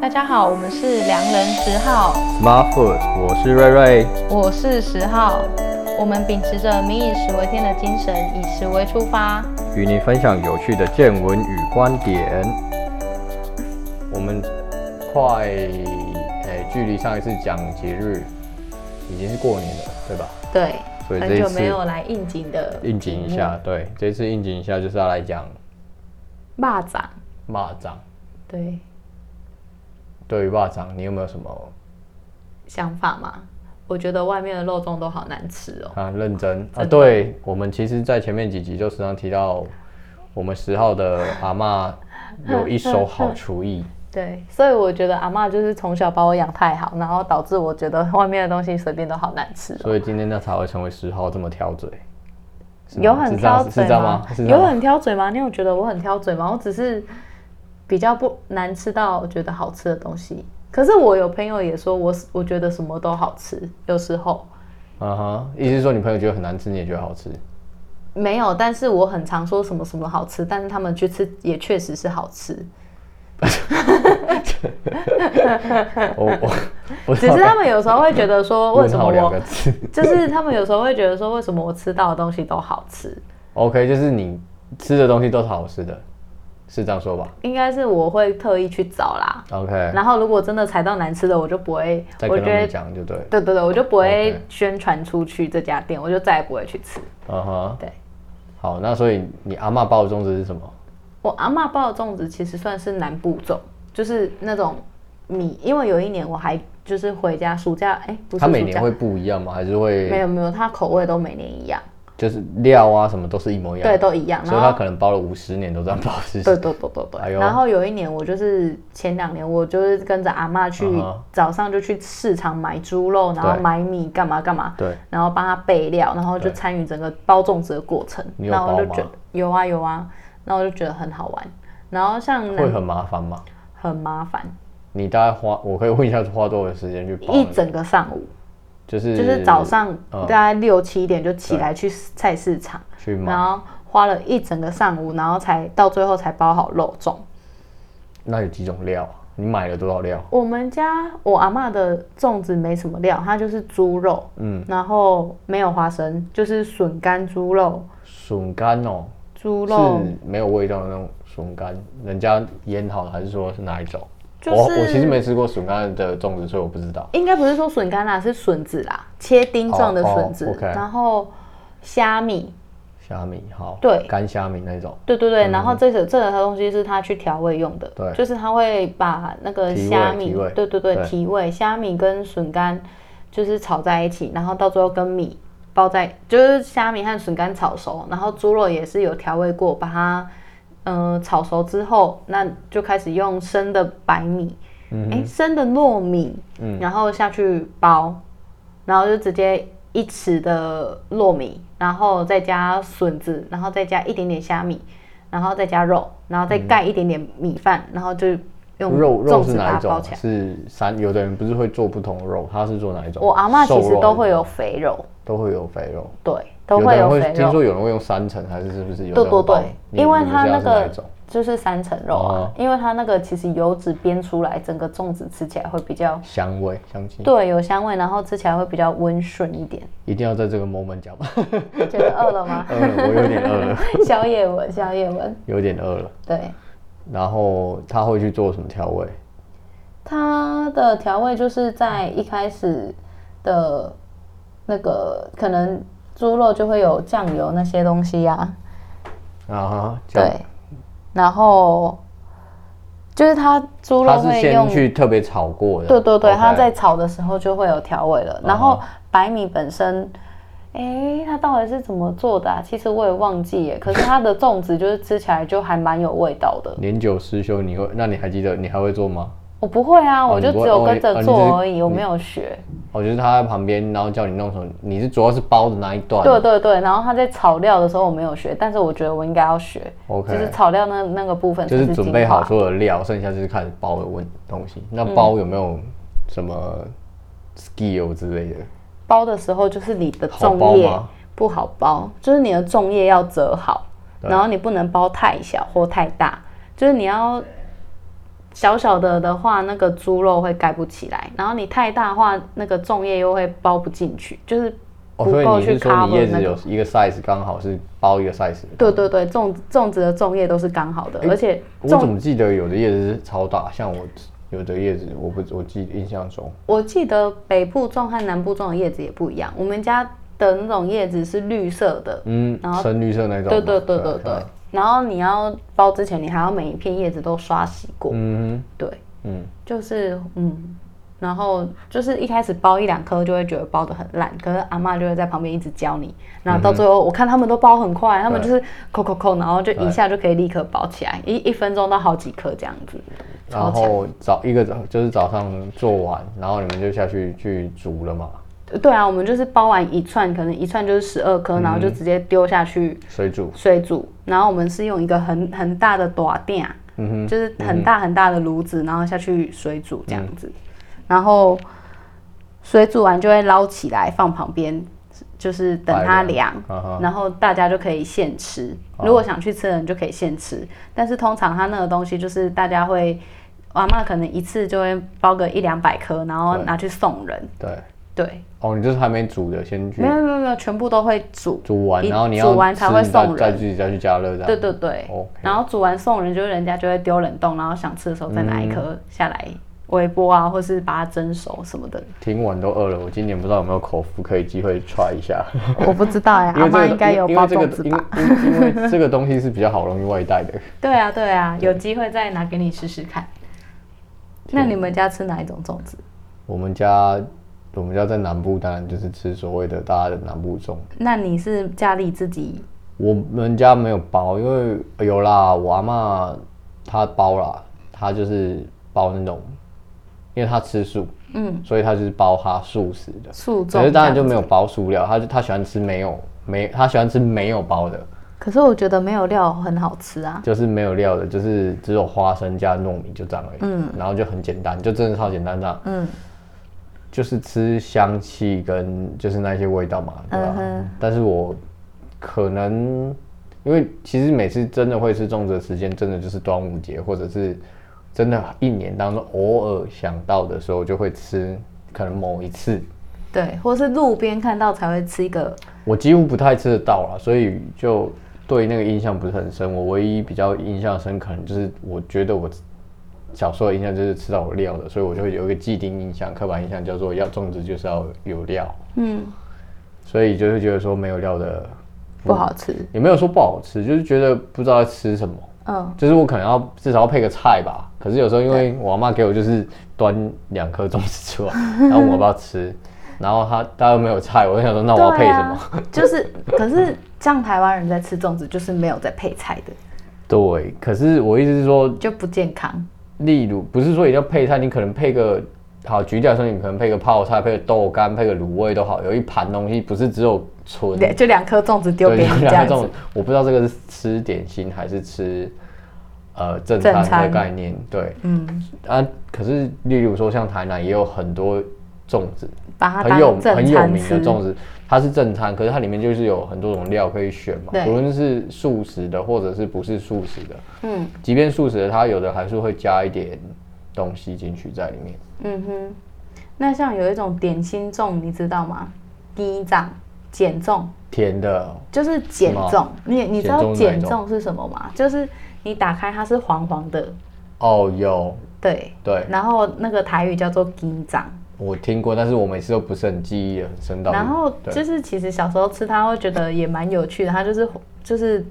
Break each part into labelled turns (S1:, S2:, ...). S1: 大家好，我们是良人十号，
S2: Smart Food，我是瑞瑞。
S1: 我是十号。我们秉持着民以食为天的精神，以食为出发。
S2: 与你分享有趣的见闻与观点。我们快，诶、距离上一次讲节日已经是过年了，对吧？
S1: 对，
S2: 所以这
S1: 很
S2: 一
S1: 久
S2: 次
S1: 没有来应景的
S2: 应景一下，对，这次应景一下就是要来讲
S1: 蚂蚱。
S2: 蚂蚱。
S1: 对，
S2: 对于蚂蚱，你有没有什么
S1: 想法吗？我觉得外面的肉粽都好难吃哦。
S2: 啊认真啊？对，我们其实，在前面几集就时常提到，我们十号的阿嬷有一手好厨艺。
S1: 对，所以我觉得阿嬷就是从小把我养太好，然后导致我觉得外面的东西随便都好难吃哦。
S2: 所以今天他才会成为十号这么挑嘴，是吗
S1: 有很
S2: 是这样
S1: 挑
S2: 是
S1: 嘴
S2: 这样吗？是这样
S1: 有
S2: 吗
S1: 很挑嘴吗？你有觉得我很挑嘴吗？我只是比较不难吃到觉得好吃的东西。可是我有朋友也说我我觉得什么都好吃，有时候
S2: 嗯哼，意思是说你朋友觉得很难吃，你也觉得 好吃，
S1: 没有，但是我很常说什么什么好吃，但是他们去吃也确实是好吃，
S2: 我我我
S1: 只是他们有时候会觉得 说为什么
S2: 问号两个
S1: 我
S2: 字
S1: 就是他们有时候会觉得说为什么我吃到的东西都好吃，
S2: ？OK，就是你吃的东西都是好吃的，是这样说吧
S1: 应该是我会特意去找啦。
S2: ？OK，
S1: 然后如果真的踩到难吃的，我就不会，
S2: 再
S1: 我
S2: 跟
S1: 觉
S2: 他
S1: 得
S2: 们讲就对了。
S1: 对对对，我就不会
S2: OK
S1: 宣传出去这家店，我就再也不会去吃。
S2: 嗯哼，
S1: 对，
S2: 好，那所以你阿嬷包的粽子是什么？
S1: 我阿嬷包的粽子其实算是南部粽，就是那种米，因为有一年我还就是回家暑假，哎、不是
S2: 它每
S1: 暑假
S2: 年，会不一样吗？还是
S1: 没
S2: 会
S1: 有没有，它口味都每年一样，
S2: 就是料啊什么都是一模一样？
S1: 对，，都一样。
S2: 所
S1: 然
S2: 以他
S1: 后
S2: 可能包了五十年都这样包，是
S1: 对对对对对。
S2: 哎呦
S1: 然后有一年我就是前两年我就是跟着阿嬷去、
S2: 嗯哼
S1: 早上就去市场买猪肉，然后
S2: 对
S1: 买米干嘛干嘛，
S2: 对，
S1: 然后帮他备料，然后就
S2: 对
S1: 参与整个包粽子的过程。
S2: 你有
S1: 然后我就
S2: 包吗
S1: 觉得有啊有啊，然后我就觉得很好玩。然后像
S2: 会
S1: 南
S2: 很麻烦吗？
S1: 很麻烦，
S2: 你大概花，我可以问一下花多少时间去包
S1: 一
S2: 那个？
S1: 整个上午
S2: 就是
S1: 就是早上
S2: 嗯
S1: 大概六七点就起来去菜市场，
S2: 去买
S1: 然。后花了一整个上午，然后才到最后才包好肉粽。
S2: 那有几种料啊？你买了多少料？
S1: 我们家我阿嬷的粽子没什么料，它就是猪肉，嗯，然后没有花生，就是笋干猪肉，
S2: 笋干哦，
S1: 猪肉
S2: 是没有味道的那种笋干，人家腌好的还是说是哪一种？
S1: 就是
S2: 我我其实没吃过笋干的粽子，所以我不知道。
S1: 应该不是说笋干啦，是笋子啦，切丁状的笋子
S2: 哦哦，OK
S1: 然后虾米，
S2: 虾米好，
S1: 对
S2: 干虾米那种
S1: 对对对，然后这个这个东西是它去调味用的，
S2: 嗯对
S1: 就是它会把那个
S2: 提味
S1: 虾米
S2: 提味，
S1: 对对对，
S2: 对
S1: 提味虾米跟笋干就是炒在一起，然后到最后跟米包在，就是虾米和笋干炒熟，然后猪肉也是有调味过，把它嗯、呃炒熟之后，那就开始用生的白米，哎、
S2: 嗯
S1: 生的糯米，然后下去包，然后就直接一匙的糯米，然后再加笋子，然后再加一点点虾米，然后再加肉，然后再盖一点点米饭，然后就用
S2: 嗯肉
S1: 粽
S2: 肉是
S1: 子把
S2: 哪
S1: 它
S2: 一种
S1: 包
S2: 啊？
S1: 起来。
S2: 是三，有的人不是会做不同的肉，他是做哪一种？
S1: 我阿嬷其
S2: 瘦
S1: 实
S2: 肉
S1: 都
S2: 还
S1: 会
S2: 是
S1: 有肥肉，
S2: 都会有肥肉，
S1: 对，都
S2: 的
S1: 会
S2: 人
S1: 有
S2: 会
S1: 肥
S2: 听
S1: 肉，
S2: 说有人会用三层，还是是不是有的
S1: 对
S2: 人会
S1: 对
S2: 包？
S1: 对，
S2: 你
S1: 因为
S2: 你们
S1: 它
S2: 家
S1: 那
S2: 是哪
S1: 个
S2: 一种
S1: 就是三层肉啊
S2: 哦，
S1: 因为它那个其实油脂煸出来，整个粽子吃起来会比较
S2: 香味香气，
S1: 对有香味，然后吃起来会比较温顺一点。
S2: 一定要在这个 moment 讲吧。
S1: 觉得饿了 吗？
S2: 饿 了，我有点饿了，
S1: 宵夜文，宵夜文，
S2: 有点饿了。
S1: 对，
S2: 然后他会去做什么调味？
S1: 它的调味就是在一开始的那个可能猪肉就会有酱油那些东西呀、
S2: 啊哈，这样
S1: 对，然后就是它猪肉
S2: 他是
S1: 会
S2: 先
S1: 用，
S2: 去特别炒过的。
S1: 对对对，
S2: OK 嗯
S1: 它在炒的时候就会有调味了，然后白米本身。哎，它到底是怎么做的、啊？其实我也忘记耶。可是它的粽子就是吃起来就还蛮有味道的。
S2: 年久失修，你会？那你还记得你还会做吗？
S1: 我不会啊，我
S2: 你
S1: 就
S2: 不
S1: 只
S2: 会
S1: 有
S2: 哦
S1: 跟
S2: 你
S1: 着
S2: 哦你
S1: 做
S2: 是
S1: 而已，我没有学。
S2: 哦，就是他在旁边，然后叫你弄什么？你是主要是包的那一段。
S1: 对对对，然后他在炒料的时候我没有学，但是我觉得我应该要学就是
S2: ，OK，
S1: 炒料那那个部分
S2: 就
S1: 才
S2: 是
S1: 是
S2: 准
S1: 精
S2: 备好
S1: 华
S2: 所有的料，剩下就是开始包的问东西。
S1: 嗯
S2: 那包有没有什么 skill 之类的？
S1: 包的时候，就是你的
S2: 好包
S1: 粽叶
S2: 吗？
S1: 不好包，就是你的粽叶要折好，
S2: 对
S1: 然后你不能包太小或太大，就是你要小小的的话，那个猪肉会盖不起来，然后你太大话，那个粽叶又会包不进去，就是不
S2: 哦，所以
S1: 够
S2: 你
S1: 去
S2: 是说你
S1: cover
S2: 叶
S1: 那
S2: 子
S1: 个。
S2: 有一个 size 刚好是包一个 size？的
S1: 对对对，粽粽子的粽叶都是刚好的，
S2: 诶
S1: 而且
S2: 我
S1: 粽
S2: 怎么记得有的叶子是超大，像我有的叶子我不我记印象中
S1: 我记得北部种和南部种的叶子也不一样，我们家的那种叶子是绿色的，
S2: 嗯
S1: 然后
S2: 深绿色那种嘛，
S1: 对对对对
S2: 啊
S1: 对。然后你要包之前，你还要每一片叶子都刷洗过，
S2: 嗯
S1: 对，
S2: 哼嗯，
S1: 就是嗯，然后就是一开始包一两颗就会觉得包的很烂，可是阿嬷就会在旁边一直教你，然
S2: 嗯
S1: 后到最后我看他们都包很快，他们就是扣扣扣，然后就一下就可以立刻包起来，一一分钟到好几颗这样子，超
S2: 然
S1: 强。
S2: 后早一个早就是早上做完，然后你们就下去去煮了嘛，
S1: 对啊，我们就是包完一串，可能一串就是十二颗，然
S2: 嗯
S1: 后就直接丢下去
S2: 水煮，
S1: 水煮。然后我们是用一个很很大的瓦垫啊，
S2: 嗯哼，
S1: 就是很大很大的炉子，然后下去水煮这样
S2: 嗯
S1: 子。然后水煮完就会捞起来放旁边，就是等它凉
S2: 白凉啊哈，哦
S1: 然后大家就可以现吃。如果想去吃的人就可以现吃，但是通常它那个东西就是大家会。我阿妈可能一次就会包个一两百颗，然后
S2: 对
S1: 拿去送人。
S2: 对，
S1: 对，
S2: 哦，你就是还没煮的先去
S1: 没有没有没有，全部都会煮。
S2: 煮完，
S1: 一
S2: 然后你要
S1: 煮完才
S2: 吃
S1: 会
S2: 你再
S1: 送人
S2: 再自己再去加热这样，
S1: 对对对
S2: OK
S1: 然后煮完送人，就是人家就会丢冷冻，然后想吃的时候再拿一
S2: 嗯
S1: 颗下来微波啊，或是把它蒸熟什 么的。
S2: 听完都饿了，我今年不知道有没有口福可以机会 try 一下，
S1: 我不知道哎、
S2: 因
S1: 阿
S2: 为这
S1: 妈
S2: 个
S1: 应该有包
S2: 因为
S1: 粽
S2: 这
S1: 子
S2: 个因为
S1: 吧？
S2: 因为因为这个东西是比较好容易外带的，
S1: 对啊对啊，有机会再拿给你试试看。那你们家吃哪一种粽子？
S2: 我们家我们家在南部，当然就是吃所谓的大家的南部粽。
S1: 那你是家里自己
S2: 我们家没有包，因为呃有啦，我阿嬷她包啦，她就是包那种，因为她吃素，
S1: 嗯
S2: 所以她就是包她素食的。
S1: 素粽？
S2: 可是当然就没有。包塑料，她就她喜欢吃没有没，她喜欢吃没有包的，
S1: 可是我觉得没有料很好吃啊。
S2: 就是没有料的，就是只有花生加糯米就这样而已。嗯，然后就很简单，就真的超简单这样。
S1: 嗯，
S2: 就是吃香气跟就是那些味道嘛，对吧、
S1: 嗯
S2: 但是我可能因为其实每次真的会吃粽子的时间，真的就是端午节，或者是真的一年当中偶尔想到的时候就会吃，可能某一次
S1: 对，或是路边看到才会吃一个。
S2: 我几乎不太吃得到啦，所以就对那个印象不是很深。我唯一比较印象深，可能就是我觉得我小时候的印象就是吃到有料的，所以我就会有一个既定印象、刻板印象，叫做要粽子就是要有料，
S1: 嗯，
S2: 所以就会觉得说没有料的
S1: 不好吃。
S2: 也没有说不好吃，就是觉得不知道在吃什么。
S1: 嗯，
S2: 就是我可能要至少要配个菜吧，可是有时候因为我阿妈给我就是端两颗粽子出来， 然后我要不要吃，然后她她又没有菜，我就想说那哦我要配什么？
S1: 对啊、就是，可是像台湾人在吃粽子，就是没有在配菜的，
S2: 对，可是我意思是说，
S1: 就不健康。
S2: 例如不是说一定要配菜，你可能配个好，举例来说，你可能配个泡菜、配个豆干、配个卤味都好，有一盘东西不是只有纯
S1: 对，就两颗粽子丢给
S2: 对
S1: 你这
S2: 像
S1: 样
S2: 这种
S1: 子。，
S2: 我不知道这个是吃点心还是吃呃正
S1: 正
S2: 餐的
S1: 餐
S2: 概念，对
S1: 嗯，
S2: 啊。可是例如说，像台南也有很多粽子，
S1: 把它
S2: 很有
S1: 啊当正
S2: 很有
S1: 餐
S2: 名的
S1: 吃。
S2: 粽子，它是正餐，可是它里面就是有很多种料可以选嘛，
S1: 对
S2: 不论是素食的或者是不是素食的，
S1: 嗯
S2: 即便素食的，它有的还是会加一点东西进去在里面。
S1: 嗯哼，那像有一种点心粽，你知道吗？第一掌减重
S2: 甜的，
S1: 就是减
S2: 是
S1: 重，你你知道
S2: 减重哪一
S1: 减
S2: 种
S1: 重是什么吗？就是你打开它是黄黄的，
S2: 哦，有，
S1: 对，
S2: 对
S1: 然后那个台语叫做第掌。
S2: 我听过，但是我每次都不是很记忆很深到底。
S1: 然后
S2: 对
S1: 就是其实小时候吃它会觉得也蛮有趣的，它就是就是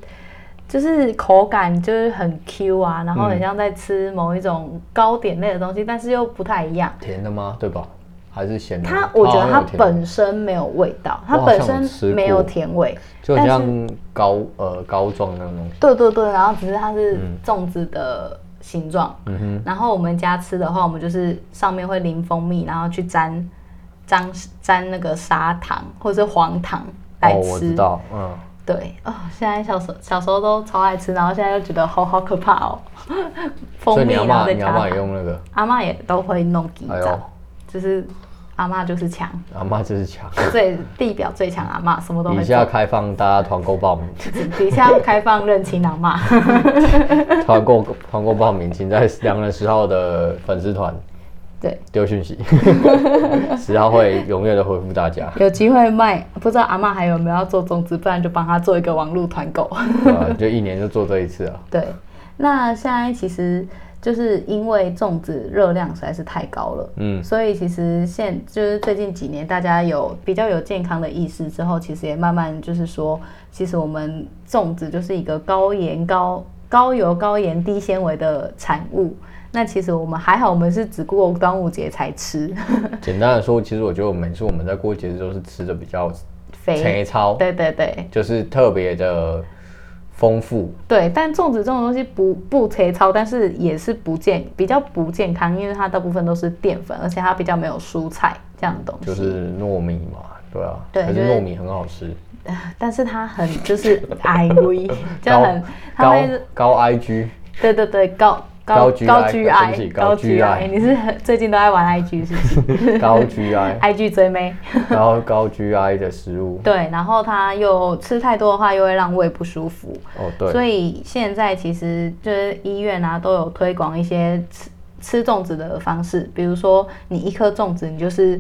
S1: 就是口感就是很 Q 啊，然
S2: 嗯
S1: 后很像在吃某一种糕点类的东西，但是又不太一样。
S2: 甜的吗？对吧？还是咸的？
S1: 它我觉得
S2: 好
S1: 它
S2: 嗯哦像有甜的
S1: 本身没有味道，它
S2: 我好
S1: 本
S2: 像有吃
S1: 身没有
S2: 过
S1: 甜味。
S2: 就很
S1: 但是
S2: 像膏呃膏状那种东西。
S1: 对对对，然后只是它是
S2: 嗯
S1: 粽子的形状。然后我们家吃的话，我们就是上面会淋蜂蜜，然后去沾沾沾那个砂糖或者是黄糖来
S2: 哦，我
S1: 吃。
S2: 知道，嗯，
S1: 对哦，现在小时候小时候都超爱吃，然后现在就觉得好好可怕 哦，啊蜂
S2: 所以
S1: 蜜
S2: 你阿
S1: 然后
S2: 妈
S1: 再
S2: 你
S1: 加
S2: 阿妈也
S1: 糖。
S2: 用那个，
S1: 阿妈也都会弄鸡
S2: 哎呦
S1: 掌，就是阿嬷就是强，
S2: 阿妈这是强。
S1: 最地表最强阿嬷，什么都会
S2: 以哎下
S1: 做。
S2: 开放大家团购报 名，
S1: 底下开放认亲阿 嬷。
S2: 团购团购报名，请在良人十号的粉丝团
S1: 对，
S2: 丢 讯息，十号会踊跃的回复大家。
S1: 有机会卖，不知道阿嬷还有没有要做种子，不然就帮她做一个网络团 购。
S2: 对啊就一年就做这一次啊。
S1: 对，那现在其实就是因为粽子热量实在是太高了，
S2: 嗯，
S1: 所以其实现就是最近几年大家有比较有健康的意识之后，其实也慢慢就是说，其实我们粽子就是一个高盐高高油高盐低纤维的产物。那其实我们还好，我们是只过端午节才吃
S2: 简单的说，其实我觉得每次我们在过节日都是吃的比较
S1: 肥，
S2: 切超，
S1: 对对对
S2: 就是特别的丰富。
S1: 对。但粽子这种东西不不肥超，但是也是不健比较不健康，因为它大部分都是淀粉，而且它比较没有蔬菜这样的东西。
S2: 就是糯米嘛，对啊，
S1: 对
S2: 可是
S1: 就是
S2: 糯米很好吃，
S1: 但是它很就是 矮 微，就
S2: 高
S1: 很它
S2: 高
S1: 会是
S2: 高 IG，
S1: 对对对，高
S2: 高 GI，
S1: 高
S2: 对不起
S1: GI
S2: 高 GI
S1: 你是很最近都在玩 IG 是不是
S2: 高 GI，
S1: ？IG 追妹，
S2: 然后高 GI 的食物，
S1: 对，然后它又吃太多的话，又会让胃不舒服，
S2: 哦对，
S1: 所以现在其实就是医院啊都有推广一些吃吃粽子的方式，比如说你一颗粽子，你就是。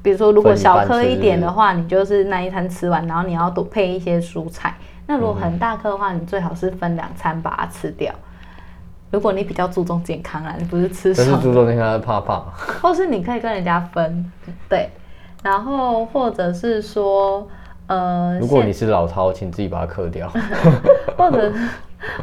S1: 比如说，如果
S2: 分一半
S1: 小颗
S2: 吃
S1: 一点的话，你就是那一餐吃完，然后你要多配一些蔬菜。那如果很大颗的话，你最好是分两餐把它吃掉。如果你比较注重健康啊，你不是吃
S2: 但是
S1: 少
S2: 猪肉那天他怕胖，
S1: 或是你可以跟人家分，对，然后或者是说，呃，
S2: 如果
S1: 现
S2: 你是老饕，请自己把它克 掉，
S1: 或者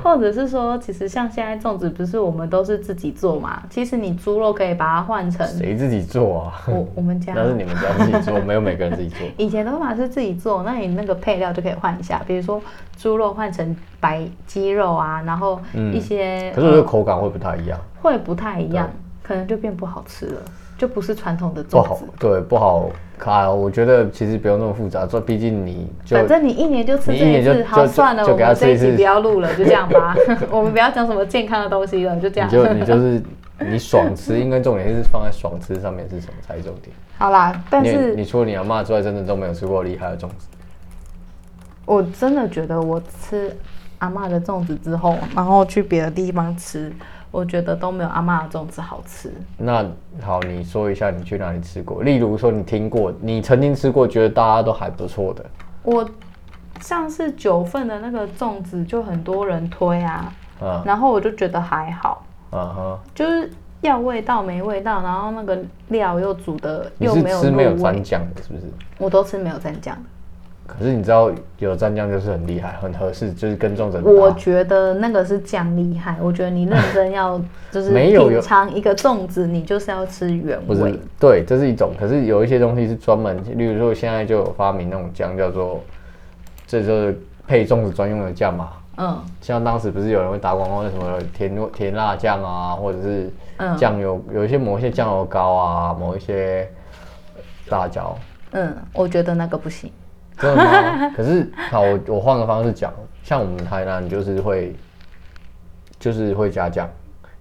S1: 或者是说，其实像现在粽子不是我们都是自己做嘛，其实你猪肉可以把它换成
S2: 谁自己做啊？
S1: 我我们家
S2: 那是你们家自己做，没有每个人自己 做。
S1: 以前的方法是自己做，那你那个配料就可以换一下，比如说猪肉换成白鸡肉啊，然后
S2: 嗯
S1: 一些、
S2: 可是我觉得口感会不太一样，
S1: 会不太一样，可能就变不好吃了，就不是传统的
S2: 不
S1: 粽
S2: 好
S1: 子。，
S2: 对，不好看。我觉得其实不用那么复杂，这毕竟你就
S1: 反正你一年就吃
S2: 你一
S1: 这一
S2: 年就
S1: 次，好
S2: 就
S1: 算了，
S2: 就
S1: 我
S2: 给他
S1: 们这一
S2: 吃一
S1: 集
S2: 次
S1: 不要录了，就这样 吧。我们不要讲什么健康的东西了，就这样
S2: 你。就你就是你爽吃，应该重点是放在爽吃上面是什么才是重点。
S1: 好啦，但
S2: 你
S1: 是
S2: 你除了你阿妈之外，真的都没有吃过厉害的粽子。
S1: 我真的觉得我吃阿嬷的粽子之后，然后去别的地方吃，我觉得都没有阿嬷的粽子好吃。
S2: 那好，你说一下你去哪里吃过？例如说你听过，你曾经吃过，觉得大家都还不错的
S1: 我上次九份的那个粽子就很多人推啊，
S2: 啊
S1: 然后我就觉得还好，
S2: 啊哈，
S1: 就是要味道没味道，然后那个料又煮的
S2: 你
S1: 又
S2: 是
S1: 没有
S2: 吃没有啊
S1: 入
S2: 蘸
S1: 味，
S2: 酱的，是不是？
S1: 我都吃没有蘸酱。
S2: 可是你知道有蘸酱就是很厉害，很合适，就是跟粽子很搭
S1: 我觉得那个是酱厉害，我觉得你认真要就是
S2: 没有有
S1: 品尝一个粽子，你就是要吃原
S2: 不
S1: 味
S2: 是。对，这是一种。可是有一些东西是专门，例如说现在就有发明那种酱叫做，这就是配粽子专用的酱嘛。
S1: 嗯
S2: 像当时不是有人会打广告，那什么甜糯甜辣酱啊，或者是
S1: 嗯
S2: 酱油，有一些某一些酱油膏啊，某一些辣椒，
S1: 嗯，我觉得那个不行。
S2: 真的 吗？可是好，我我换个方式讲，像我们台南就是会，就是会加酱，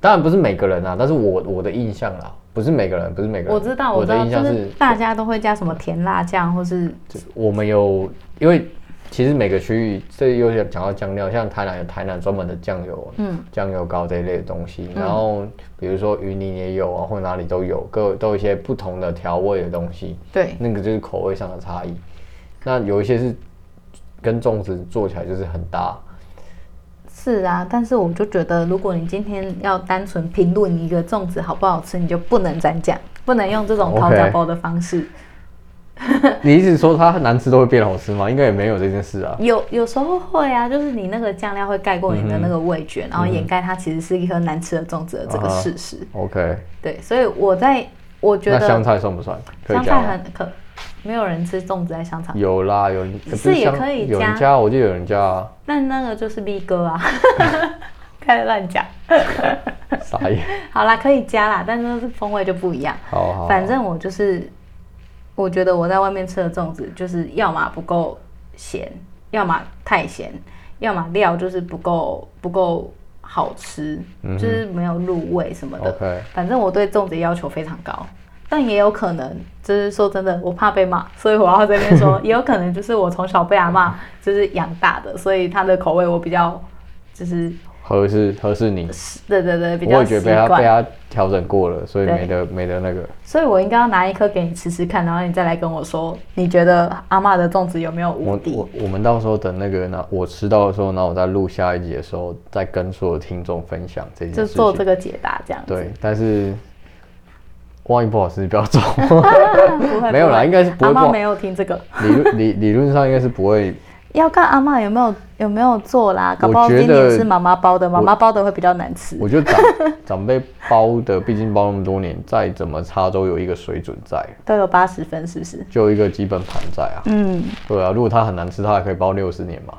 S2: 当然不是每个人啊，但是我我的印象啦，不是每个人，不是每个人，
S1: 我知道，我知
S2: 的
S1: 道，
S2: 印
S1: 就
S2: 象
S1: 是
S2: 是
S1: 大家都会加什么甜辣酱，或是
S2: 我们有，因为其实每个区域，这又想讲到酱料，像台南有台南专门的酱油，
S1: 嗯，
S2: 酱油膏这一类的东西。然后比如说云林也有啊，或者哪里都有，各都有一些不同的调味的东西，
S1: 对
S2: 那个就是口味上的差异。那有一些是跟粽子做起来就是很搭，
S1: 是啊。但是我就觉得，如果你今天要单纯评论一个粽子好不好吃，你就不能沾酱，不能用这种
S2: OK
S1: 掏家包的方式。
S2: 你一直说它难吃都会变好吃吗？应该也没有这件事啊。
S1: 有有时候会啊，就是你那个酱料会盖过你的
S2: 嗯
S1: 那个味觉，然后掩盖它其实是一颗难吃的粽子的这个
S2: 啊哈
S1: 事实。
S2: OK，
S1: 对，所以我在我觉
S2: 那
S1: 得
S2: 香菜算不算？可以
S1: 香
S2: 加
S1: 菜
S2: 吗？
S1: 很可，没有人吃粽子在香肠，
S2: 有啦，有人不
S1: 是也
S2: 香
S1: 可以
S2: 有人
S1: 加
S2: 加，我记得有人加啊，
S1: 但那个就是 B 哥啊， 开始乱讲。
S2: 傻眼。
S1: 好啦，可以加啦，但是风味就不一样。
S2: 好好好，
S1: 反正我就是，我觉得我在外面吃的粽子，就是要么不够咸，要么太咸，要么料就是不够不够好吃，就是没有入味什么的。
S2: 嗯 OK
S1: 反正我对粽子要求非常高。但也有可能，就是说真的，我怕被骂，所以我要这边 说，也有可能就是我从小被阿骂就是养大的，所以他的口味我比较就是
S2: 合适合适你，
S1: 对对对，比
S2: 我
S1: 较
S2: 也觉
S1: 习
S2: 得被他被
S1: 惯。
S2: 他调整过了，所以
S1: 对
S2: 没得没得那个。
S1: 所以我应该要拿一颗给你吃吃看，然后你再来跟我说，你觉得阿嬷的粽子有没有无
S2: 我
S1: 敌
S2: 我？我们到时候等那个那我吃到的时候，然后我在录下一集的时候，再跟所有听众分享这件
S1: 就
S2: 事
S1: 做
S2: 情。
S1: 这个解答这样子。
S2: 对，但是万一不好吃，不要找我。
S1: 不会
S2: 没有啦
S1: 不会
S2: 应该是不会
S1: 阿嬷
S2: 不好
S1: 没有听这个，
S2: 理论理理论上应该是不会，
S1: 要看阿嬷有没有有没有做啦，搞不好
S2: 我觉
S1: 今
S2: 得
S1: 年是妈妈包的，妈妈包的会比较难吃。
S2: 我觉得长长辈包的，毕竟包那么多年，再怎么差都有一个水准在，
S1: 都有八十分是不是？
S2: 就有一个基本盘在啊。
S1: 嗯，
S2: 对啊，如果他很难吃，他还可以包六十年嘛。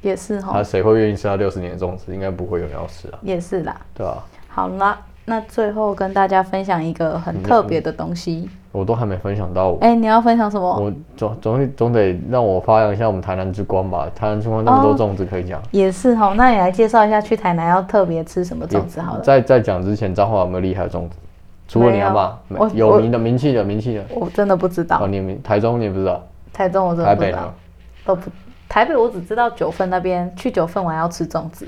S1: 也是哈、
S2: 他谁会愿意吃到六十年的粽子？应该不会有人要吃啊，
S1: 也是啦。
S2: 对啊，
S1: 好啦，那最后跟大家分享一个很特别的东西。
S2: 我都还没分享到我，
S1: 哎、你要分享什么？
S2: 我总总总得让我发扬一下我们台南之光吧。台南之光那么
S1: 哦
S2: 多粽子可以讲，
S1: 也是哈、那你来介绍一下去台南要特别吃什么粽子好了。
S2: 在在讲之前，彰化有没有厉害的粽子？除了你阿妈，
S1: 没
S2: 没
S1: 有我
S2: 有名的名气的名气的，
S1: 我真的不知道
S2: 哦，，你也没台中你也不知道，
S1: 台中我真的
S2: 台
S1: 不知
S2: 北
S1: 道
S2: 呢，？
S1: 都不台北我只知道九份那边，去九份我还要吃粽子。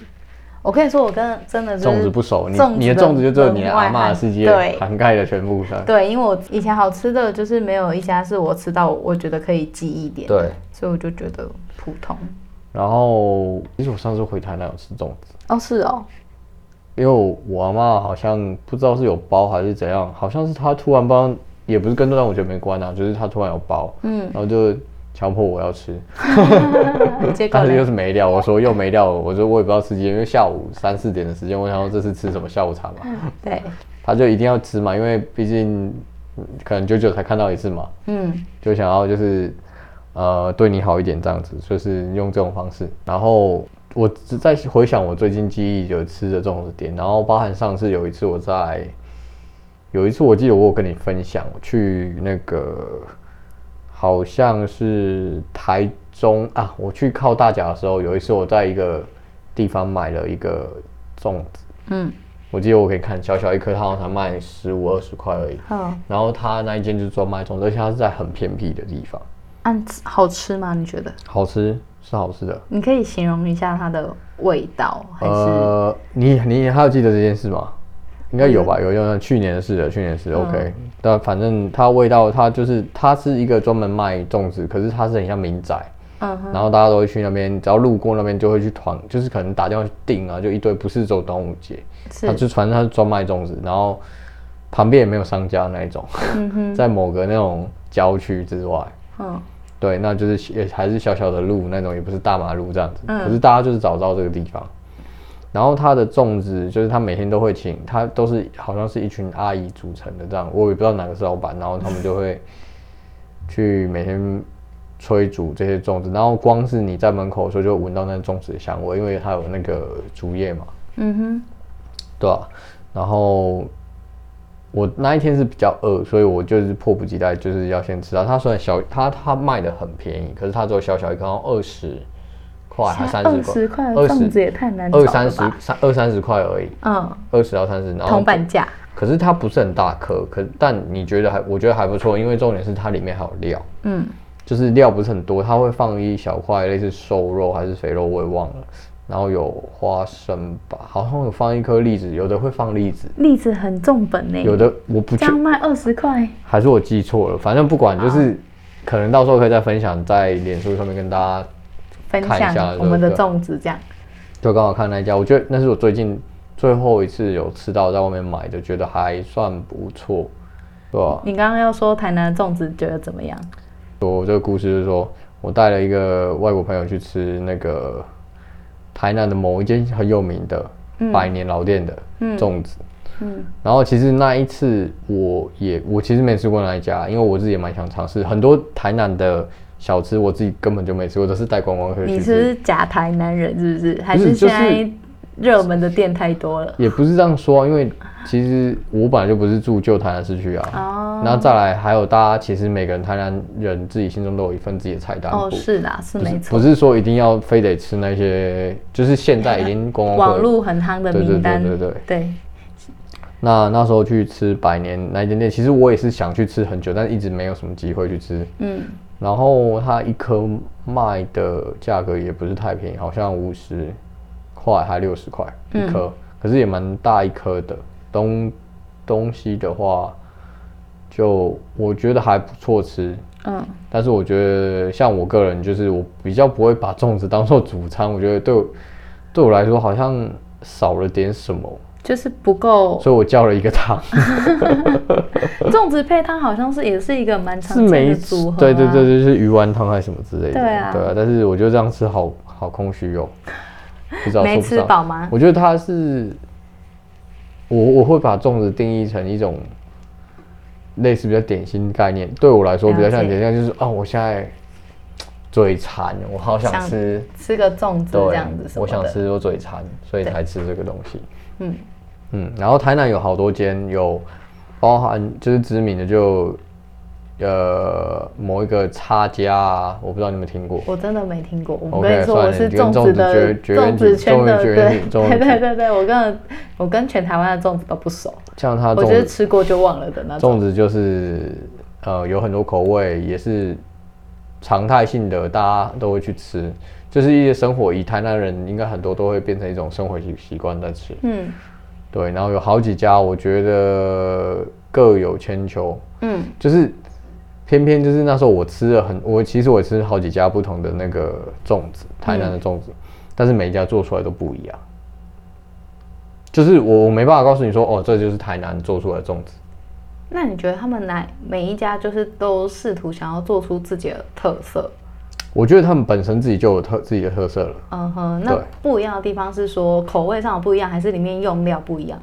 S1: 我跟你说，我跟真的就是
S2: 粽子不熟，你
S1: 粽子
S2: 你的粽子就只有你的阿
S1: 门外
S2: 妈
S1: 汉
S2: 世界
S1: 对
S2: 涵盖了全部上。
S1: 对，因为我以前好吃的就是没有一家是我吃到我觉得可以记忆点，
S2: 对，
S1: 所以我就觉得普通。
S2: 然后其实我上次回台南有吃粽子。
S1: 哦，是哦，
S2: 因为我我阿妈好像不知道是有包还是怎样，好像是她突然包，也不是跟让我觉得没关啊，就是她突然有包，嗯， 然后就强迫我要吃，
S1: 结果
S2: 但是又
S1: 呢？
S2: 是没料，我说又没料，我说我也不知道吃鸡，因为下午三四点的时间，我想说这是吃什么下午茶嘛，
S1: 对，
S2: 她就一定要吃嘛，因为毕竟嗯可能久久才看到一次嘛，
S1: 嗯，
S2: 就想要就是呃对你好一点这样子，就是用这种方式。然后我只在回想我最近记忆有吃的这种点，然后包含上次有一次我在有一次我记得我有跟你分享，我去那个好像是台中啊，我去靠大甲的时候，有一次我在一个地方买了一个粽子。
S1: 嗯，
S2: 我记得我可以看小小一颗，它好像才卖十五二十块而已。
S1: 好，
S2: 然后他那一间就是专卖粽子，而且它是在很偏僻的地方，
S1: 按吃好吃吗？你觉得？
S2: 好吃是好吃的。
S1: 你可以形容一下它的味道，还是、
S2: 呃，你你还有记得这件事吗？应该有吧，有有有去年的事了，去年的事。OK，但反正它味道，它就是它是一个专门卖粽子，可是它是很像民宅，
S1: 嗯哼，
S2: 然后大家都会去那边，只要路过那边就会去团，就是可能打电话去订啊，就一堆，不是走端午节，它
S1: 是
S2: 就传它是专卖粽子，然后旁边也没有商家那一种，
S1: 嗯哼，
S2: 在某个那种郊区之外。
S1: 嗯
S2: 对，那就是也还是小小的路那种，也不是大马路这样子。可是大家就是找到这个地方，然后他的粽子就是他每天都会请，他都是好像是一群阿姨组成的这样，我也不知道哪个是老板，然后他们就会去每天催煮这些粽子，然后光是你在门口的时候就闻到那粽子的香味，因为它有那个竹叶嘛，
S1: 嗯哼，
S2: 对啊，然后我那一天是比较饿，所以我就是迫不及待，就是要先吃到。它虽然小，它它卖的很便宜，可是它只有小小一颗，二十块还三
S1: 啊二
S2: 十
S1: 十块
S2: 块，
S1: 的
S2: 20
S1: 粽子也太难找
S2: 二
S1: 了
S2: 三十
S1: 吧？
S2: 三二三十块而已，
S1: 嗯，
S2: 二十到三十。然后
S1: 铜，板价，
S2: 可是它不是很大颗，可但你觉得还我觉得还不错，因为重点是它里面还有料，
S1: 嗯，
S2: 就是料不是很多，它会放一小块类似瘦肉还是肥肉，我也忘了。然后有花生吧，好像有放一颗栗子，有的会放栗子，
S1: 栗子很重本呢、
S2: 有的我不
S1: 这
S2: 确
S1: 样卖二十块，
S2: 还是我记错了，反正不管，就是可能到时候可以再分享在脸书上面跟大家，
S1: 分
S2: 看一下
S1: 享我们的
S2: 对对
S1: 粽子这样。
S2: 就刚好看那一家，我觉得那是我最近最后一次有吃到在外面买的，觉得还算不错，对吧、
S1: 你刚刚要说台南的粽子觉得怎么样？
S2: 我这个故事就是说我带了一个外国朋友去吃那个台南的某一间很有名的百年老店的粽子，
S1: 嗯
S2: 然后其实那一次我也我其实没吃过那一家，因为我自己也蛮想尝试很多台南的小吃，我自己根本就没吃过，都是带观光客
S1: 你是
S2: 去
S1: 不
S2: 吃。
S1: 是假台南人？是不是？还是
S2: 就
S1: 现
S2: 是
S1: 在热门的店太多了？
S2: 也不是这样说啊，因为其实我本来就不是住旧台南市区啊。
S1: 哦
S2: 然后再来，还有大家其实每个人台南人自己心中都有一份自己的菜单
S1: 哦，
S2: 不
S1: 是啦，是
S2: 不
S1: 没
S2: 是
S1: 错
S2: 不。是说一定要非得吃那些，就是现在已经观光
S1: 网
S2: 客。
S1: 络很夯的
S2: 对对
S1: 名单，
S2: 对对对
S1: 对
S2: 那那时候去吃百年那一间店，其实我也是想去吃很久，但一直没有什么机会去吃。
S1: 嗯，
S2: 然后它一颗卖的价格也不是太便宜，好像五十块还六十块一颗，可是也蛮大一颗的。东东西的话，就我觉得还不错吃。
S1: 嗯，
S2: 但是我觉得像我个人，就是我比较不会把粽子当做主餐，我觉得对我对我来说好像少了点什么，
S1: 就是不够
S2: 所以我叫了一个汤。
S1: 粽子配汤，好像是也是一个蛮常
S2: 是
S1: 见
S2: 没
S1: 的组合、啊。
S2: 对对对，就是鱼丸汤还是什么之类的。
S1: 对啊
S2: 但是我觉得这样吃好好空虚哦，不知道
S1: 没
S2: 说不
S1: 吃
S2: 上
S1: 饱吗？
S2: 我觉得它是，我我会把粽子定义成一种类似比较点心概念，对我来说比较像
S1: 了解
S2: 点心，就是哦，我现在嘴馋，我好想
S1: 想
S2: 吃，
S1: 吃个粽子
S2: 对，
S1: 这样子什么
S2: 我
S1: 的
S2: 想吃，我嘴馋，所以才吃这个东西。
S1: 嗯
S2: 嗯，然后台南有好多间，有包含就是知名的就呃某一个差家啊，我不知道你们听过。
S1: 我真的没听过。我
S2: OK，
S1: 跟你说，
S2: 算了
S1: 我是
S2: 你跟
S1: 子
S2: 粽子
S1: 的
S2: 绝绝缘
S1: 粽
S2: 体
S1: 子圈的，
S2: 终
S1: 对
S2: 于绝缘体终于
S1: 对对对对，我跟我跟全台湾的粽子都不熟，
S2: 像它
S1: 我
S2: 粽
S1: 就是
S2: 子，
S1: 吃过就忘了的那种。
S2: 粽子就是呃有很多口味，也是常态性的，大家都会去吃，就是一些生活。以台南人应该很多都会变成一种生活习习惯在吃。
S1: 嗯
S2: 对，然后有好几家，我觉得各有千秋。
S1: 嗯，
S2: 就是偏偏就是那时候我吃了很，我其实我吃了好几家不同的那个粽子，
S1: 嗯
S2: 台南的粽子，但是每一家做出来都不一样。就是我我没办法告诉你说，哦，这就是台南做出来的粽子。
S1: 那你觉得他们哪每一家就是都试图想要做出自己的特色？
S2: 我觉得他们本身自己就有特自己的特色了，
S1: 嗯哼，那
S2: 对
S1: 不一样的地方是说口味上有不一样，还是里面用料不一样？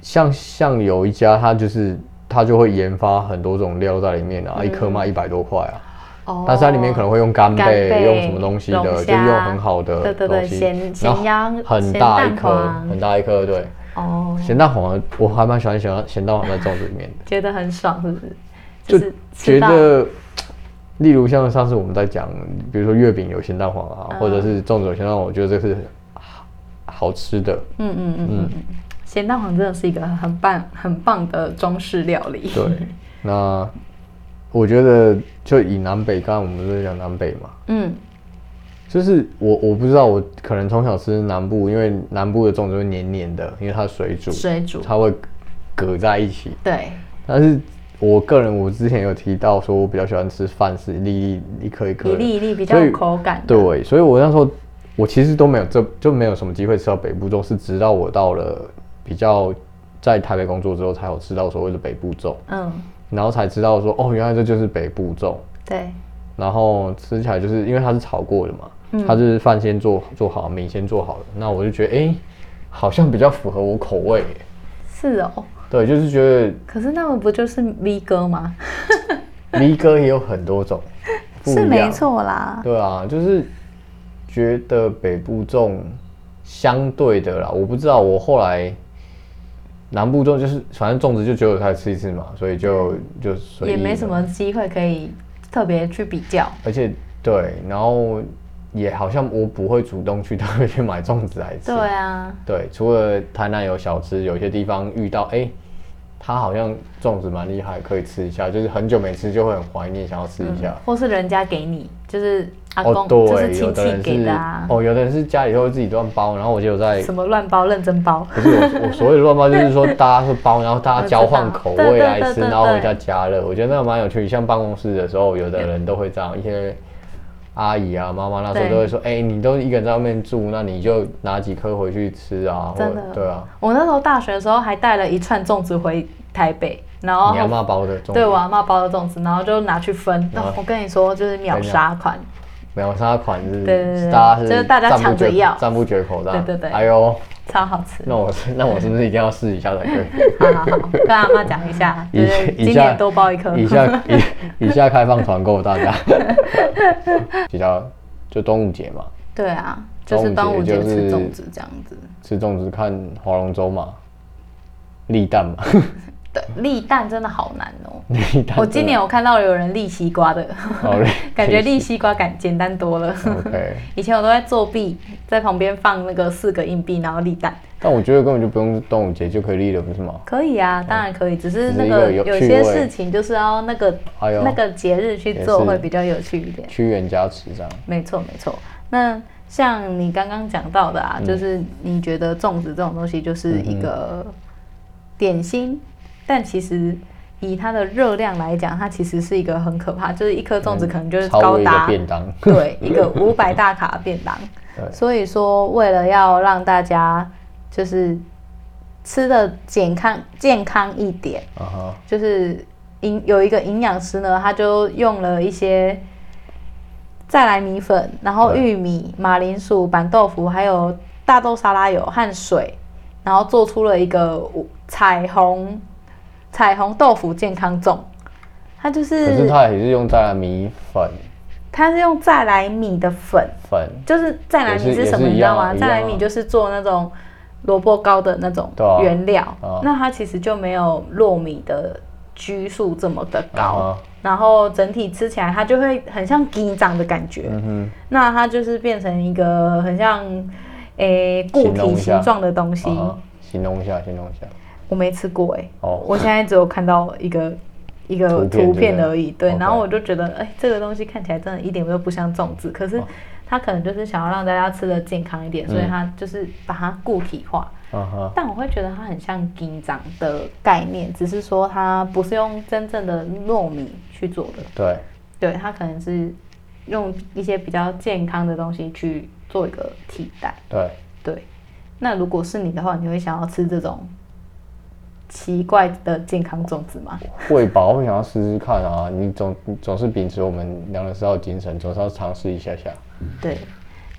S2: 像像有一家，它就是它就会研发很多种料在里面啊，一颗卖一百多块啊，
S1: 嗯哦，
S2: 但是它里面可能会用干
S1: 干贝
S2: 贝，用什么东西
S1: 龙
S2: 的，就
S1: 虾
S2: 用很好的
S1: 对对对
S2: 东西，
S1: 咸
S2: 然后
S1: 咸鸭
S2: 很
S1: 咸
S2: 大
S1: 蛋
S2: 一颗
S1: 黄，
S2: 很大一颗，对。
S1: 哦，
S2: 咸蛋黄，我还蛮喜欢咸蛋咸蛋黄在粽子里面的，
S1: 觉得很爽，是不是？
S2: 就是
S1: 吃
S2: 觉
S1: 到
S2: 得，例如像上次我们在讲，比如说月饼有咸蛋黄
S1: 嗯
S2: 啊，或者是粽子有咸蛋黄，我觉得这是好好吃的。
S1: 嗯嗯嗯嗯嗯，咸蛋黄真的是一个很棒很棒的中式料理。
S2: 对， 那我觉得就以南北，刚刚我们不是讲南北嘛，
S1: 嗯，
S2: 就是我我不知道，我可能从小吃南部，因为南部的粽子会黏黏的，因为它水煮，
S1: 水煮，
S2: 它会隔在一起。
S1: 对，
S2: 但是我个人，我之前有提到说，我比较喜欢吃饭是一粒一粒一颗一颗
S1: 一
S2: 的，
S1: 粒一粒比较
S2: 所
S1: 有
S2: 以
S1: 口感的。
S2: 对，所以我那时候我其实都没有这就没有什么机会吃到北部粽，是直到我到了比较在台北工作之后，才有吃到所哦谓的北部粽，
S1: 嗯，
S2: 然后才知道说哦，原来这就是北部粽。
S1: 对，
S2: 然后吃起来就是因为它是炒过的嘛，
S1: 嗯
S2: 它就是饭先做做好，米先做好了，那我就觉得哎、诶好像比较符合我口味耶。
S1: 是哦。
S2: 对，就是觉得
S1: 可是那们不就是 V 哥吗？
S2: 离哥也有很多种，不
S1: 是
S2: 一
S1: 没
S2: 样
S1: 错啦。
S2: 对啊，就是觉得北部粽相对的啦，我不知道我后来南部粽就是反正粽子就只有它吃一次嘛，所以就就随意
S1: 也没什
S2: 了，
S1: 么机会可以特别去比较。
S2: 而且对，然后也好像我不会主动去特别去买粽子来吃
S1: 对，啊，
S2: 对，除了台南有小吃，有些地方遇到哎。它好像粽子蛮厉害，可以吃一下，就是很久没吃就会很怀念，想要吃一下。
S1: 或是人家给你，就是阿公、
S2: 啊哦，
S1: 就
S2: 对，
S1: 是亲
S2: 有的
S1: 戚
S2: 人
S1: 给
S2: 是
S1: 的啊，
S2: 哦，哎有的人是家里会自己乱包，然后我就有在，
S1: 什么乱包、认真包。
S2: 不是我我所谓的乱 包，就是说大家会包，然后大
S1: 我
S2: 家
S1: 知
S2: 交换
S1: 道
S2: 口
S1: 对对
S2: 味来
S1: 对
S2: 吃，
S1: 对
S2: 然后回
S1: 对
S2: 家加热，我觉得那蛮有趣。像办公室的时候，有的人都会这样，一些阿姨啊、妈妈那时候
S1: 对
S2: 都会说，哎，你都一个人在外面住，那你就拿几颗回去吃啊，或
S1: 真
S2: 者
S1: 的
S2: 对啊，
S1: 我那时候大学的时候还带了一串粽子回台北，然后
S2: 你阿妈包的，
S1: 哦对我阿妈包的粽子，然后就拿去分。那、
S2: 然后
S1: 我跟你说，就是秒杀款，
S2: 秒杀款是，
S1: 对对对
S2: 大家是
S1: 就是大家
S2: 赞不
S1: 抢着
S2: 绝
S1: 要
S2: 赞不绝口这样，
S1: 对对对
S2: 哎呦，
S1: 超好吃。
S2: 那我是那我是不是一定要试一下才可以？
S1: 好好好，跟阿妈讲一下，就
S2: 以
S1: 是
S2: 以
S1: 今
S2: 下
S1: 年多包一颗。
S2: 以下以以下开放团购，大家 比较就端午节嘛，
S1: 对啊，就是端午节
S2: 端午节就是
S1: 吃粽子这样子。
S2: 吃粽子看划龙舟嘛，立蛋嘛，
S1: 对，立蛋真的好难哦。
S2: 你当
S1: 我今年我看到有人立西瓜的，，
S2: 好嘞
S1: 感觉立西瓜感简单多了。
S2: 啊 OK，
S1: 以前我都在作弊，在旁边放那个四个硬币，然后立蛋。
S2: 但我觉得根本就不用端午节就可以立了，不是吗？
S1: 可以啊，当然可以，只是那
S2: 只
S1: 个
S2: 是一个有
S1: 有
S2: 趣
S1: 些
S2: 味
S1: 事情就是要那个、
S2: 哎呦
S1: 那个节日去
S2: 也
S1: 做
S2: 是
S1: 会比较有趣一点。
S2: 屈原加持这样，
S1: 没错，没错。那像你刚刚讲到的
S2: 嗯
S1: 啊，就是你觉得粽子这种东西就是一个点心，但其实以它的热量来讲，它其实是一个很可怕，就是一颗粽子可能就是
S2: 嗯超
S1: 高
S2: 过一个
S1: 达
S2: 便当。
S1: 对，一 个五百大卡的便当
S2: 对。
S1: 所以说，为了要让大家就是吃的健康健康一点，
S2: 啊哈，
S1: 就是营有一个营养师呢，他就用了一些再来米粉，然后
S2: 对
S1: 玉米、马铃薯、板豆腐，还有大豆沙拉油和水，然后做出了一个五彩虹彩虹豆腐健康粽。它就
S2: 可是
S1: 是
S2: 它也是用在米粉
S1: 它是用再来米的粉，
S2: 粉，
S1: 就是再来米
S2: 也是
S1: 是什么，
S2: 也
S1: 你
S2: 是一
S1: 知道
S2: 样啊
S1: 吗？再来
S2: 一样
S1: 米
S2: 啊
S1: 就是做那种萝卜糕的那种
S2: 对啊
S1: 原料，
S2: 啊
S1: 那它其实就没有糯米的拘束这么的高，
S2: 啊哈
S1: 然后整体吃起来它就会很像鸡掌的感觉，
S2: 嗯哼，
S1: 那它就是变成一个很像诶、固
S2: 形容
S1: 体
S2: 一下
S1: 形状的东西
S2: 啊。哈，形容一下，形容一下，
S1: 我没吃过哎、
S2: 哦
S1: 我现在只有看到一个一个
S2: 图片
S1: 图片
S2: 对不对
S1: 而已，对，
S2: OK
S1: 然后我就觉得，哎、这个东西看起来真的一点都不像粽子，可
S2: 啊
S1: 是它可能就是想要让大家吃的健康一点，
S2: 嗯
S1: 所以它就是把它固体化。
S2: 啊哈，
S1: 但我会觉得它很像金掌的概念，只是说它不是用真正的糯米去做的，
S2: 对，
S1: 对，它可能是用一些比较健康的东西去做一个替代。
S2: 对，
S1: 对，那如果是你的话，你会想要吃这种奇怪的健康粽子吗？
S2: 会吧，我想要试试看啊。你总你总是秉持我们良人少的精神，总是要尝试一下下。
S1: 对，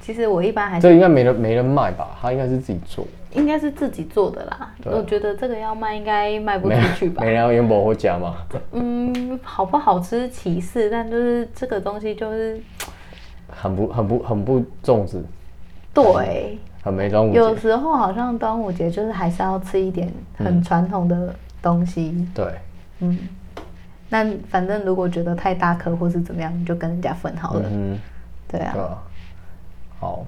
S1: 其实我一般还是
S2: 这应该没人没人卖吧？他应该是自己做，
S1: 应该是自己做的啦。
S2: 对啊
S1: 我觉得这个要卖应该卖不
S2: 没
S1: 出
S2: 人
S1: 去吧
S2: 没。人要用薄荷夹嘛？
S1: 嗯，好不好吃其次，但就是这个东西就是
S2: 很不很不很不粽子，
S1: 对，
S2: 很没端午
S1: 有
S2: 节。
S1: 时候好像端午节就是还是要吃一点
S2: 嗯
S1: 很传统的东西。
S2: 对，
S1: 那反正如果觉得太大颗或是怎么样，你就跟人家分好了。
S2: 嗯，
S1: 对啊
S2: 对，啊。好，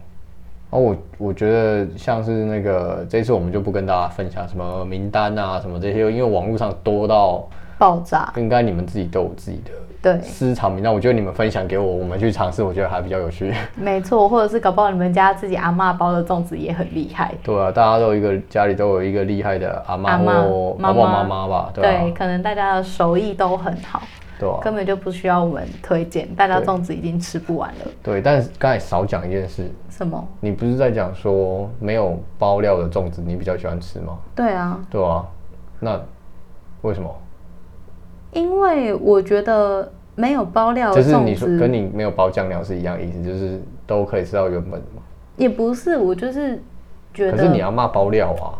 S2: 然后我我觉得像是那个这次我们就不跟大家分享什么名单啊什么这些，因为网络上多到
S1: 爆炸，
S2: 应该你们自己都有自己的
S1: 对。
S2: 私藏名单。我觉得你们分享给我，我们去尝试，我觉得还比较有趣。
S1: 没错，或者是搞不好你们家自己阿嬷包的粽子也很厉害。
S2: 对啊，大家都有一个家里都有一个厉害的阿妈
S1: 阿嬷
S2: 或
S1: 妈
S2: 阿婆
S1: 妈
S2: 妈妈吧，对
S1: 对，
S2: 啊，
S1: 可能大家的手艺都很好，
S2: 对啊，
S1: 根本就不需要我们推荐，大家
S2: 对
S1: 粽子已经吃不完了。
S2: 对。但是刚才少讲一件事，
S1: 什么？
S2: 你不是在讲说没有包料的粽子你比较喜欢吃吗？
S1: 对啊，
S2: 对啊，那为什么？
S1: 因为我觉得没有包料
S2: 就
S1: 的
S2: 是你
S1: 粽
S2: 说跟
S1: 子
S2: 你没有包酱料是一样意思，就是都可以吃到原本的嘛。
S1: 也不是，我就是觉
S2: 可是你
S1: 得
S2: 要骂包料啊，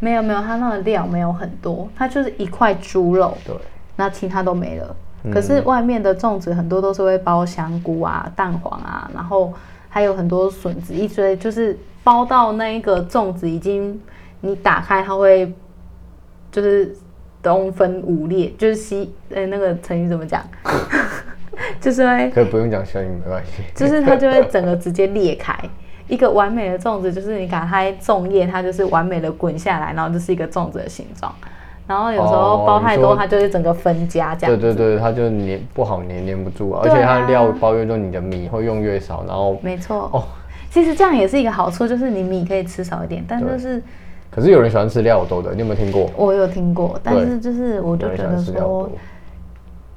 S1: 没有没有，它那个料没有很多，它就是一块猪肉，
S2: 对，
S1: 那其他都没了。
S2: 嗯
S1: 可是外面的粽子很多都是会包香菇啊、蛋黄啊，然后还有很多笋子一堆，就是包到那一个粽子已经你打开它会就是东分五裂，就是西呃、那个成语怎么讲， 就是会
S2: 可以不用讲声音没关系。
S1: 就是它就会整个直接裂开。一个完美的粽子就是你打开粽叶，它就是完美的滚下来，然后就是一个粽子的形状。然后有时候
S2: 哦
S1: 包
S2: 你
S1: 太
S2: 说
S1: 多，它就是整个分家 这样
S2: 对对对，它就粘不好粘粘不住啊，而
S1: 对
S2: 且
S1: 啊
S2: 它料包越多，你的米会用越少，然后
S1: 没错。
S2: 哦
S1: 其实这样也是一个好处，就是你米可以吃少一点，但
S2: 对
S1: 就是
S2: 可是有人喜欢吃料多的，你有没有听过？
S1: 我有听过，但是就是我就
S2: 有
S1: 觉
S2: 人喜欢
S1: 得
S2: 吃料
S1: 说
S2: 多，，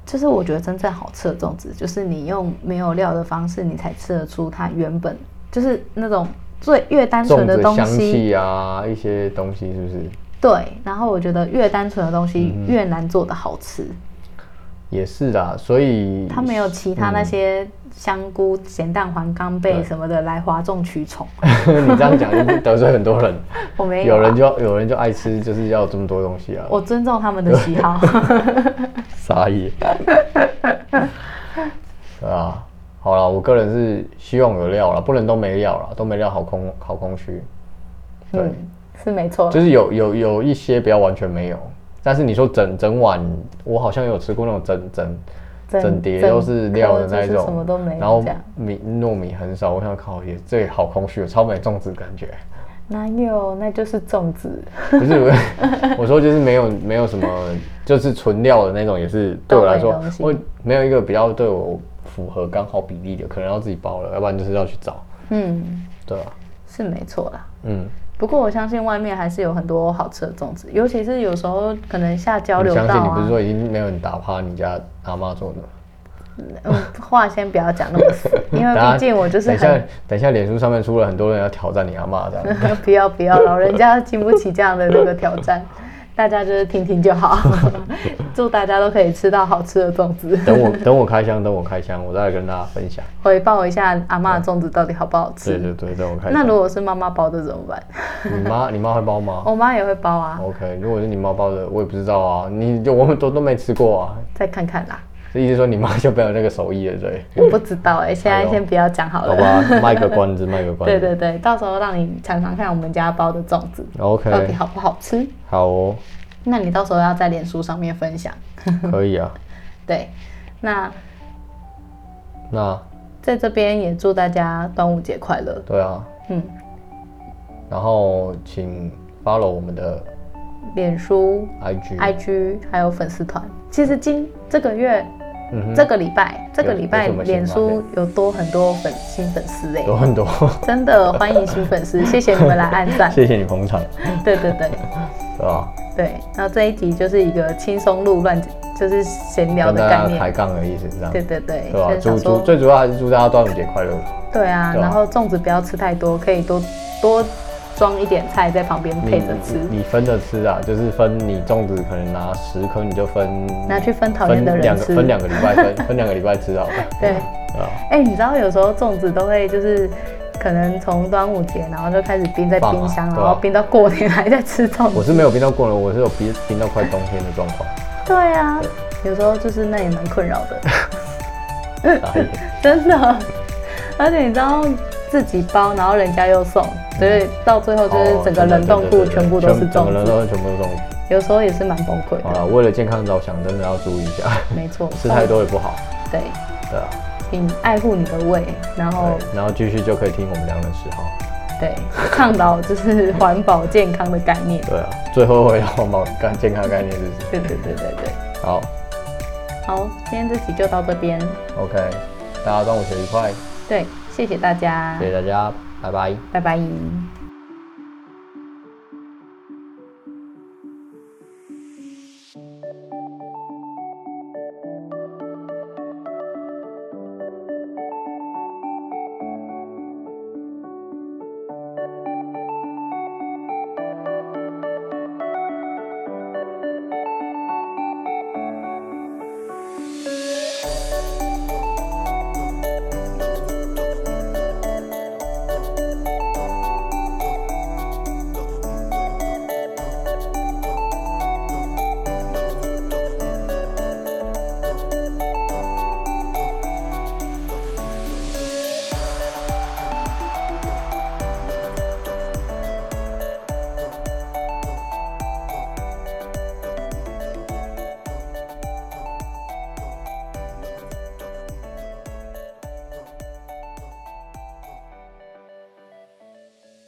S1: 就是我觉得真正好吃的粽子，就是你用没有料的方式，你才吃得出它原本就是那种最越单纯
S2: 粽
S1: 的
S2: 子
S1: 东
S2: 香
S1: 西。
S2: 气啊，一些东西是不是
S1: 对，然后我觉得越单纯的东西越难做的好吃，
S2: 也是啦？所以
S1: 它没有其他那些香菇、咸蛋黄、干贝
S2: 对
S1: 什么的来哗众取宠。
S2: 你这样讲就得罪很多人，
S1: 我 没有啊
S2: 有人就有人就爱吃，就是要这么多东西啊，
S1: 我尊重他们的喜好。
S2: 傻眼。对啊，好了，我个人是希望有料了，不能都没料了，都没料好空好 空虚。对，
S1: 嗯，是没错啦。
S2: 就是有有有一些不要完全没有，但是你说整整碗，我好像有吃过那种整整整碟都是料的那一
S1: 整颗就
S2: 种，
S1: 是什么都没有
S2: 然后
S1: 这样
S2: 米糯米很少，我想靠也这也好空虚，哦，超没粽子感觉。
S1: 哪有？那就是粽子，
S2: 不是，不是 我说就是没有没有什么，就是纯料的那种，也是对我来说
S1: 都没东，西
S2: 我没有一个比较对我符合刚好比例的，可能要自己包了，要不然就是要去找，
S1: 嗯，
S2: 对吧？
S1: 是没错啦。
S2: 嗯，
S1: 不过我相信外面还是有很多好吃的粽子，尤其是有时候可能下交
S2: 你
S1: 流
S2: 相
S1: 道
S2: 信你不是
S1: 啊。
S2: 说已经没有人打趴你家阿妈做的吗？
S1: 嗯，话先不要讲那么 死，因为
S2: 等下
S1: 毕竟我就是
S2: 等一下
S1: 很，
S2: 等一下，脸书上面出了很多人要挑战你阿妈这样。
S1: 不要不要，老人家经不起这样的那个挑战，大家就是听听就好。 祝大家都可以吃到好吃的粽子。
S2: 等我等我开箱，等我开箱，我再来跟大家分享。
S1: 回报一下阿妈的粽子到底好不好
S2: 对
S1: 吃。
S2: 对对，等我开箱。
S1: 那如果是妈妈包的怎么办？
S2: 你 妈你妈会包吗
S1: 我妈也会包啊，
S2: ？OK，如果是你妈包的，我也不知道啊，你就我们都都没吃过啊，
S1: 再看看啦。
S2: 这意思说你妈就没有那个手艺了，对。
S1: 我不知道哎、现在先不要讲好
S2: 嗯好
S1: 了。
S2: 吧，卖个关子，卖个关
S1: 对
S2: 子。
S1: 哦对对，到时候让你尝尝看我们家包的粽子
S2: OK，
S1: 到底好不好吃。
S2: 好哦，
S1: 那你到时候要在脸书上面分享。
S2: 可以啊。
S1: 对，那
S2: 那
S1: 在这边也祝大家端午节快乐。
S2: 对啊，
S1: 嗯，
S2: 然后请 follow 我们的
S1: 脸书、
S2: IG，,
S1: IG 还有粉丝团，其实今这个月、
S2: 嗯哼，
S1: 这个礼拜、这个礼拜
S2: 有什么新
S1: 脸书有多很多粉新粉丝哎、
S2: 有很多，
S1: 真的欢迎新粉丝，谢谢你们来按赞。
S2: 谢谢你捧场，
S1: 对对对
S2: 对吧？
S1: 对，然后这一集就是一个轻松录乱，就是闲聊
S2: 跟
S1: 的概
S2: 大家抬
S1: 念。
S2: 杠的意思是这样，
S1: 对对对，
S2: 对吧？
S1: 就是想
S2: 祝祝
S1: 说，
S2: 最主要还是祝大家端午节快乐。
S1: 对啊，
S2: 对啊
S1: 然后粽子不要吃太多，可以多多装一点菜在旁边配着吃，
S2: 你你分着吃啊，就是分你粽子可能拿十颗，你就分
S1: 拿去分讨厌
S2: 分
S1: 的
S2: 两
S1: 人
S2: 个
S1: 吃。
S2: 分两个礼拜分 分两个礼拜吃好了，啊
S1: 对，
S2: 对吧？
S1: 哎、你知道有时候粽子都会就是。可能从端午节，然后就开始冰在
S2: 放啊
S1: 冰箱，
S2: 对啊
S1: 然后冰到过年还在吃粽
S2: 我
S1: 子。
S2: 是没有冰到过年，我是有冰冰到快冬天的状况，
S1: 对啊，有时候就是那也蛮困扰 的。
S2: 傻眼。
S1: 真的。而且你知道自己包，然后人家又送，所以到最后
S2: 哦
S1: 就是整个冷冻库全部都是
S2: 整个
S1: 粽
S2: 冷
S1: 子，
S2: 冻库全部都是粽子。
S1: 有时候也是蛮崩溃
S2: 好
S1: 的。
S2: 了，为了健康着想，真的要注意一下，
S1: 没错，
S2: 吃太多也不好。
S1: 对，
S2: 对啊，
S1: 请爱护你的胃，然后
S2: 对，然后继续就可以听我们两人十号。
S1: 对倡导就是环保健康的概念。
S2: 对啊，最后回到环保干健康概念是不是？
S1: 对对对对对。
S2: 好
S1: 好，今天这集就到这边。
S2: ，OK，大家端午节愉快，
S1: 对，谢谢大家
S2: 谢，谢大家，拜拜。
S1: 拜拜。